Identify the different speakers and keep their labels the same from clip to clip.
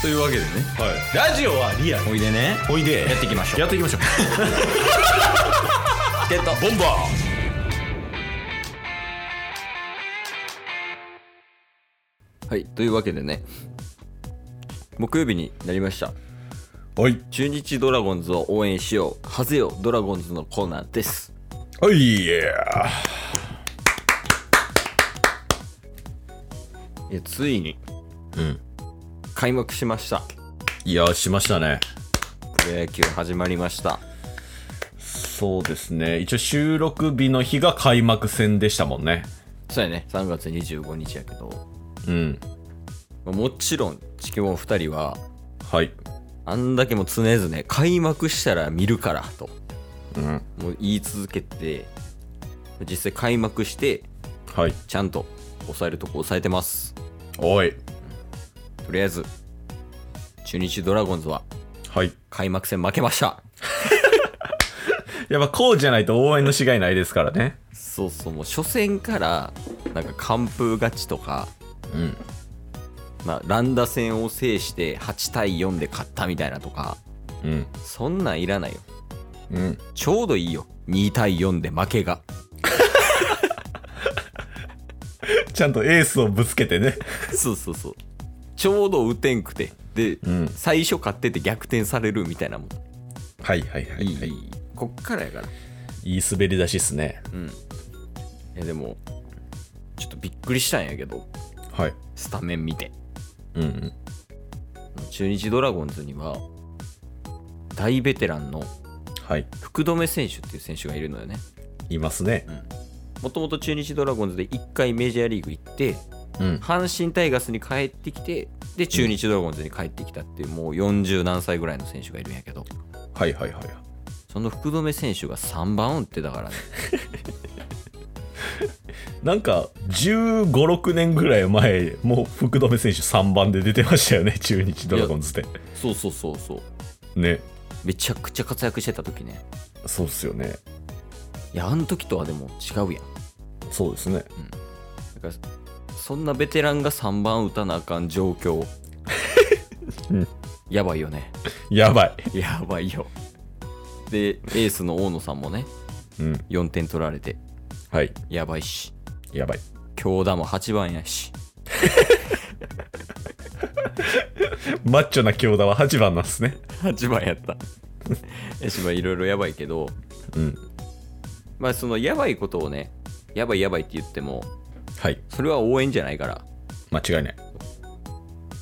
Speaker 1: というわけでね
Speaker 2: はい、ラジオはリアル
Speaker 1: おいでね
Speaker 2: おいで
Speaker 1: やっていきましょう
Speaker 2: やって いきましょう
Speaker 1: ってた
Speaker 2: ボンバ
Speaker 1: はいというわけでね木曜日になりました
Speaker 2: ーはい
Speaker 1: 中日ドラゴンズを応援しようはぜよドラゴンズのコーナーです
Speaker 2: はいや
Speaker 1: いやついに
Speaker 2: うん
Speaker 1: 開幕しました
Speaker 2: いやーしましたね
Speaker 1: プロ野球始まりました
Speaker 2: そうですね一応収録日の日が開幕戦でしたもんね
Speaker 1: そうやね3月25日やけど
Speaker 2: うん
Speaker 1: まあもちろん地球も2人は
Speaker 2: はい
Speaker 1: あんだけもう常々開幕したら見るからと
Speaker 2: うん
Speaker 1: もう言い続けて実際開幕して
Speaker 2: はい
Speaker 1: ちゃんと抑えるとこ抑えてます
Speaker 2: おい
Speaker 1: とりあえず中日ドラゴンズは
Speaker 2: はい
Speaker 1: 開幕戦負けました
Speaker 2: やっぱこうじゃないと応援のしがいないですからね
Speaker 1: そうそうもう初戦からなんか完封勝ちとか、
Speaker 2: うん
Speaker 1: まあ、乱打戦を制して8対4で勝ったみたいなとか
Speaker 2: うん
Speaker 1: そんなんいらないよ
Speaker 2: うん
Speaker 1: ちょうどいいよ2対4で負けが
Speaker 2: ちゃんとエースをぶつけてね
Speaker 1: そうそうそうちょうど打てんくてで、
Speaker 2: ん
Speaker 1: 最初勝ってて逆転されるみたいなもん
Speaker 2: はいはいはい
Speaker 1: いい、
Speaker 2: はいい
Speaker 1: いこっからやから
Speaker 2: いい滑り出しっすね
Speaker 1: うんいやでもちょっとびっくりしたんやけど
Speaker 2: はい
Speaker 1: スタメン見て
Speaker 2: うんうん
Speaker 1: 中日ドラゴンズには大ベテランの
Speaker 2: はい
Speaker 1: 福留選手っていう選手がいるのよね
Speaker 2: いますね
Speaker 1: もともと中日ドラゴンズで1回メジャーリーグ行って
Speaker 2: うん
Speaker 1: 阪神タイガースに帰ってきてで中日ドラゴンズに帰ってきたっていうもう40何歳ぐらいの選手がいるんやけど
Speaker 2: はいはいはい
Speaker 1: その福留選手が3番打ってだからね
Speaker 2: なんか1 5六6年ぐらい前もう福留選手3番で出てましたよね中日ドラゴンズで
Speaker 1: そうそうそうそう
Speaker 2: ね
Speaker 1: めちゃくちゃ活躍してた時ね
Speaker 2: そうっすよね
Speaker 1: いやあの時とはでも違うやん
Speaker 2: そうですね
Speaker 1: だからそんなベテランが3番打たなあかん状 況
Speaker 2: うん
Speaker 1: やばいよね
Speaker 2: やばい
Speaker 1: やばいよでエースの大野さんもね
Speaker 2: うん
Speaker 1: 4点取られて
Speaker 2: はい
Speaker 1: やばいし
Speaker 2: やばい
Speaker 1: 京田も8番やし
Speaker 2: マッチョな京田は8番なんですね
Speaker 1: 8番やった やしまあいろいろやばいけど
Speaker 2: うん
Speaker 1: まあそのやばいことをねやばいやばいって言っても
Speaker 2: はい
Speaker 1: それは応援じゃないから
Speaker 2: 間違いない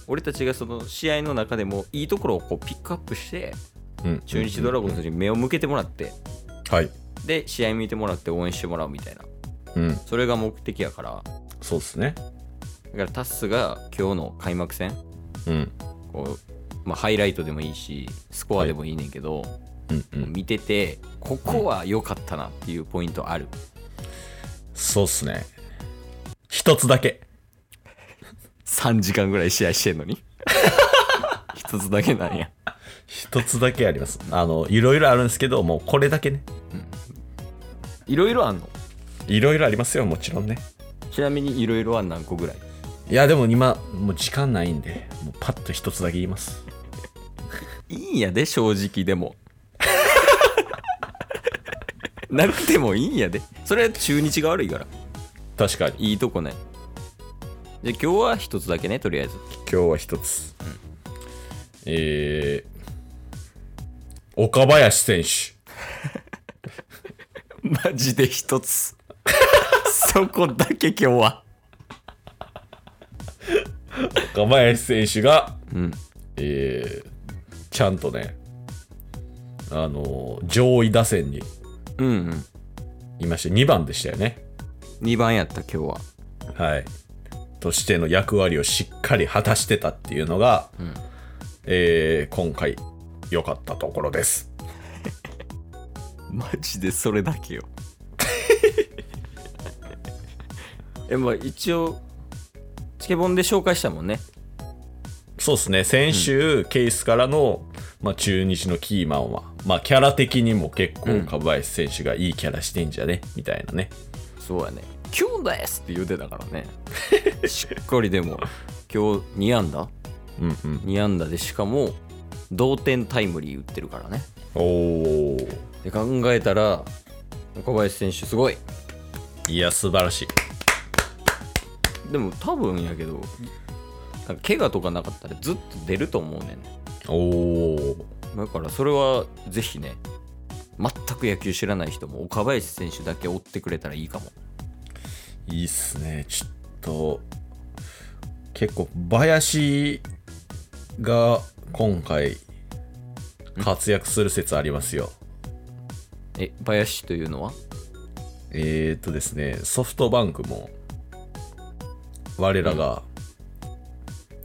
Speaker 1: 俺たちがその試合の中でもいいところをこうピックアップして
Speaker 2: うん
Speaker 1: 中日ドラゴンズに目を向けてもらって
Speaker 2: はい
Speaker 1: で試合見てもらって応援してもらうみたいな
Speaker 2: うん
Speaker 1: それが目的やから
Speaker 2: そうっすね
Speaker 1: だからタッスが今日の開幕戦
Speaker 2: うん
Speaker 1: こう、まあ、ハイライトでもいいしスコアでもいいねんけど、
Speaker 2: うんうん
Speaker 1: 見ててここは良かったなっていうポイントある、
Speaker 2: そうっすね一つだけ
Speaker 1: 3時間ぐらい試合してんの に一つだけなんや
Speaker 2: 一つだけありますあのいろいろあるんですけどもうこれだけね
Speaker 1: いろいろあんの
Speaker 2: いろいろありますよもちろんね
Speaker 1: ちなみにいろいろは何個ぐらい
Speaker 2: いやでも今もう時間ないんでもうパッと一つだけ言います
Speaker 1: いいんやで正直でも なくてもいいんやでそれは中日が悪いから
Speaker 2: 確かに
Speaker 1: いいとこねじゃあ今日は一つだけねとりあえず
Speaker 2: 今日は一つ、えー、岡林選手
Speaker 1: マジで一つ そこだけ今日は
Speaker 2: 岡林選手が、
Speaker 1: うん
Speaker 2: えー、ちゃんとねあのー上位打線に
Speaker 1: うんうん
Speaker 2: いまして2番でしたよね
Speaker 1: 2番やった今日は
Speaker 2: はいとしての役割をしっかり果たしてたっていうのが、
Speaker 1: ん
Speaker 2: えー今回良かったところです
Speaker 1: マジでそれだけよ えまあ一応チケボンで紹介したもんね
Speaker 2: そうですね先週、ケースからの、まあ、中日のキーマンは、まあ、キャラ的にも結構岡林選手がいいキャラしてんじゃね、みたいなね
Speaker 1: そうやね 今日ですって言うてたからねしっかりでも今日2安打
Speaker 2: うんうん。
Speaker 1: 2安打でしかも同点タイムリー打ってるからね
Speaker 2: おお。
Speaker 1: で考えたら岡林選手すごい
Speaker 2: いや、素晴らしい。
Speaker 1: でも多分やけどなんか怪我とかなかったらずっと出ると思うねん
Speaker 2: おお。
Speaker 1: だからそれはぜひね全く野球知らない人も岡林選手だけ追ってくれたらいいかも
Speaker 2: いいっすね。ちょっと、結構、林が今回、活躍する説ありますよ。
Speaker 1: え林というのは
Speaker 2: えー、っとですね、ソフトバンクも、我らが、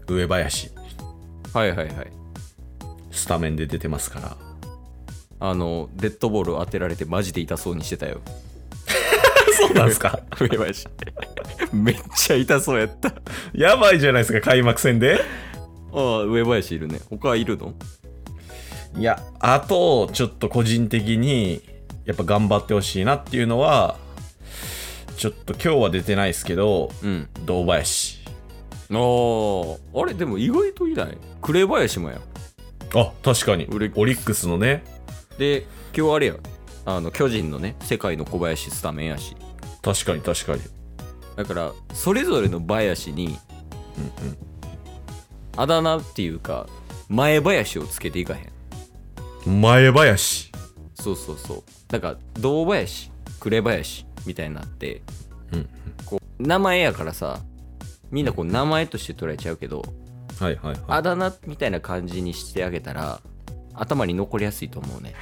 Speaker 2: 上林、
Speaker 1: はいはいはい
Speaker 2: スタメンで出てますから。
Speaker 1: あのデッドボールを当てられてマジで痛そうにしてたよ
Speaker 2: そうなんですか
Speaker 1: 上林めっちゃ痛そうやったあ
Speaker 2: やばいじゃないですか、開幕戦で。
Speaker 1: あ上林いるね他いるの
Speaker 2: いや、あと、ちょっと個人的に、やっぱ頑張ってほしいなっていうのは、ちょっと今日は出てないですけど、
Speaker 1: うん
Speaker 2: 堂林。
Speaker 1: あああれでも意外といない紅林もや
Speaker 2: あ、確かに。
Speaker 1: オリックス
Speaker 2: オリックスのね、
Speaker 1: で今日あれやあの巨人のね世界の小林スタメンやし
Speaker 2: 確かに確かに。
Speaker 1: だからそれぞれの林に
Speaker 2: うんうん
Speaker 1: あだ名っていうか前林をつけていかへん
Speaker 2: 前林。
Speaker 1: そうそうそうだから堂林紅林みたいになって、
Speaker 2: うん
Speaker 1: こう名前やからさみんなこう名前として捉えちゃうけど、
Speaker 2: はいはいは
Speaker 1: あだ名みたいな感じにしてあげたら頭に残りやすいと思うね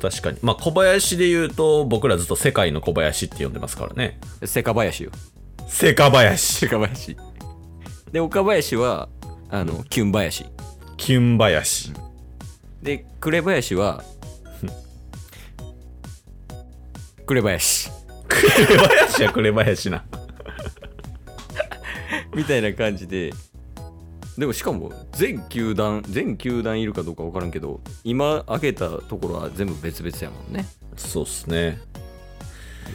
Speaker 2: い。確かに。まあ、小林で言うと、僕らずっと世界の小林って呼んでますからね。
Speaker 1: セカ林よ
Speaker 2: セカ林。
Speaker 1: セカ林で岡林はあのキュン林
Speaker 2: キュン林。
Speaker 1: で紅林は 紅林
Speaker 2: クレ林はクレ林な。
Speaker 1: みたいな感じで、でもしかも全球団、全球団いるかどうか分からんけど、今開けたところは全部別々やもんね。
Speaker 2: そうっすね。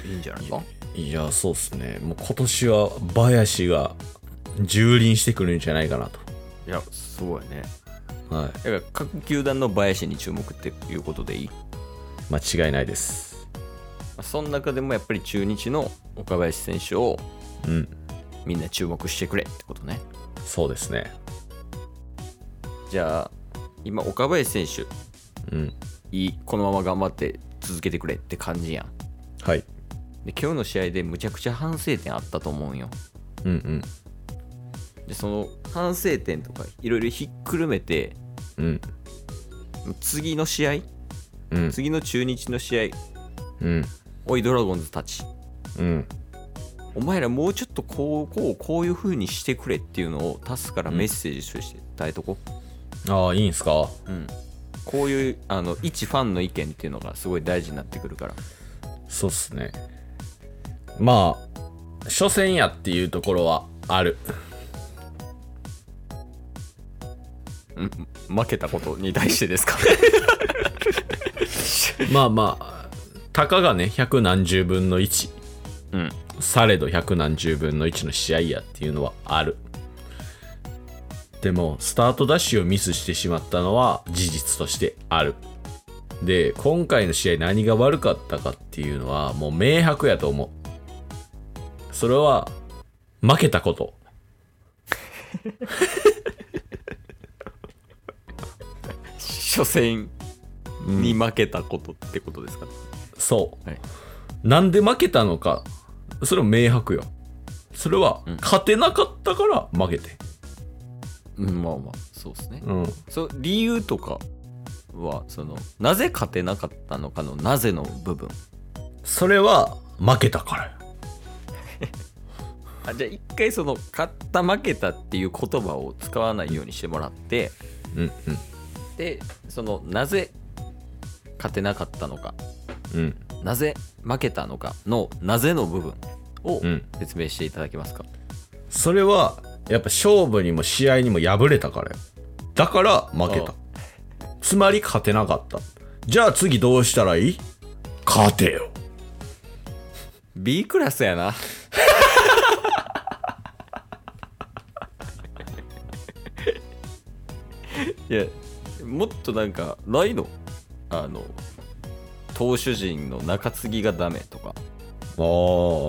Speaker 1: いいんじゃないか。
Speaker 2: いや、そうっすね。もう今年は林が蹂躙してくるんじゃないかなと。
Speaker 1: いや、そうやね。
Speaker 2: はい。
Speaker 1: だから各球団の林に注目っていうことでいい。ま
Speaker 2: 間違いないです。
Speaker 1: あその中でもやっぱり中日の岡林選手を
Speaker 2: うん。
Speaker 1: みんな注目してくれってことね。
Speaker 2: そうですね。
Speaker 1: じゃあ、今岡林選手、
Speaker 2: うん。
Speaker 1: いい、このまま頑張って続けてくれって感じやん。
Speaker 2: はい。
Speaker 1: で、今日の試合でむちゃくちゃ反省点あったと思うんよ。
Speaker 2: うんうん。
Speaker 1: でその反省点とかいろいろひっくるめて
Speaker 2: うん。
Speaker 1: 次の試合
Speaker 2: うん。
Speaker 1: 次の中日の試合
Speaker 2: うん。
Speaker 1: おいドラゴンズたち
Speaker 2: うん。
Speaker 1: お前らもうちょっとこうこうこういう風にしてくれっていうのをタスからメッセージとして伝えとこ
Speaker 2: ああ、いいんすか
Speaker 1: う、うん、こういうあの一ファンの意見っていうのがすごい大事になってくるから
Speaker 2: そうっすね。まあ、初戦やっていうところはある。
Speaker 1: 負けたことに対してですか
Speaker 2: まあまあ、たかがね、百何十分の1。
Speaker 1: うん
Speaker 2: されど百何十分の1の試合やっていうのはある。でも、スタートダッシュをミスしてしまったのは事実としてある。で、今回の試合何が悪かったかっていうのはもう明白やと思う。それは、負けたこと。
Speaker 1: 初戦に負けたことってことですか、
Speaker 2: そう、
Speaker 1: はい
Speaker 2: なんで負けたのかそれも明白よそれは
Speaker 1: うん
Speaker 2: 勝てなかったから負けて
Speaker 1: うん、まあまあそうですね
Speaker 2: うん
Speaker 1: そう理由とかはそのなぜ勝てなかったのかのなぜの部分
Speaker 2: それは負けたからよ
Speaker 1: あじゃあ一回その勝った負けたっていう言葉を使わないようにしてもらって
Speaker 2: うん
Speaker 1: でそのなぜ勝てなかったのか
Speaker 2: うんうん
Speaker 1: なぜ負けたのかのなぜの部分を
Speaker 2: うん
Speaker 1: 説明していただけますか、
Speaker 2: それはやっぱ勝負にも試合にも敗れたからよだから負け
Speaker 1: あ
Speaker 2: たつまり勝てなかったじゃあ次どうしたらいい勝てよ
Speaker 1: B クラスやな いやもっとなんかないのあの投手陣の中継ぎがダメとか
Speaker 2: ああ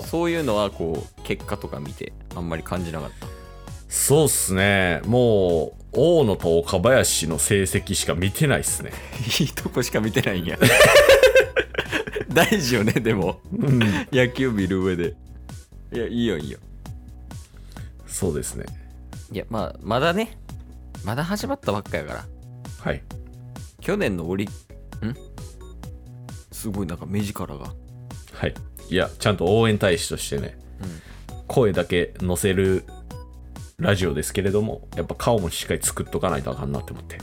Speaker 1: そういうのはこう結果とか見てあんまり感じなかった
Speaker 2: そうっすねもう大野と岡林の成績しか見てないっすね
Speaker 1: いいとこしか見てないんや 大事よねでも野球見る上でいやいいよいいよ
Speaker 2: そうですね
Speaker 1: いやまあまだねまだ始まったばっかやから
Speaker 2: はい
Speaker 1: 去年のオリんすごいなんか目力が
Speaker 2: はいいやちゃんと応援大使としてね、声だけ載せるラジオですけれどもやっぱ顔もしっかり作っとかないとあかんなって思って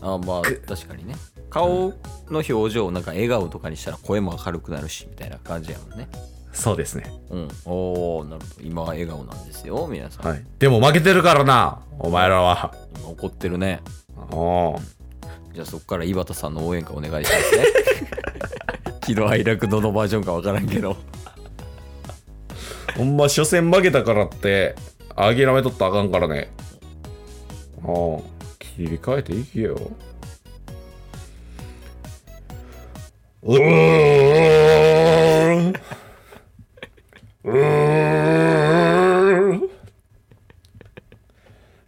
Speaker 1: あまあ確かにね顔の表情をなんか笑顔とかにしたら声も明るくなるしみたいな感じやもんね
Speaker 2: そうですね
Speaker 1: うんおおなるほど今は笑顔なんですよ皆さん、
Speaker 2: はいでも負けてるからなお前らは
Speaker 1: 今怒ってるね
Speaker 2: お
Speaker 1: じゃあそこから井端さんの応援歌お願いしますね 喜怒哀楽どのバージョンかわからんけど
Speaker 2: ほんま初戦負けたからって諦めとったらあかんからねお切り替えていけようーんうーん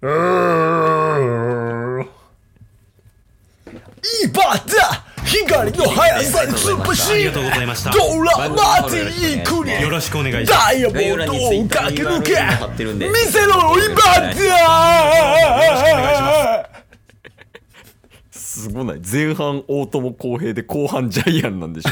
Speaker 2: うーんいいバーだ光の速さに突っ走
Speaker 3: あり
Speaker 2: る
Speaker 3: がとうございました。
Speaker 2: ドラマティックに
Speaker 3: よろしくお願いします。
Speaker 2: ダイヤモンドを駆け抜け見せろ今だ
Speaker 1: すごない前半大友康平で後半ジャイアンなんでしょ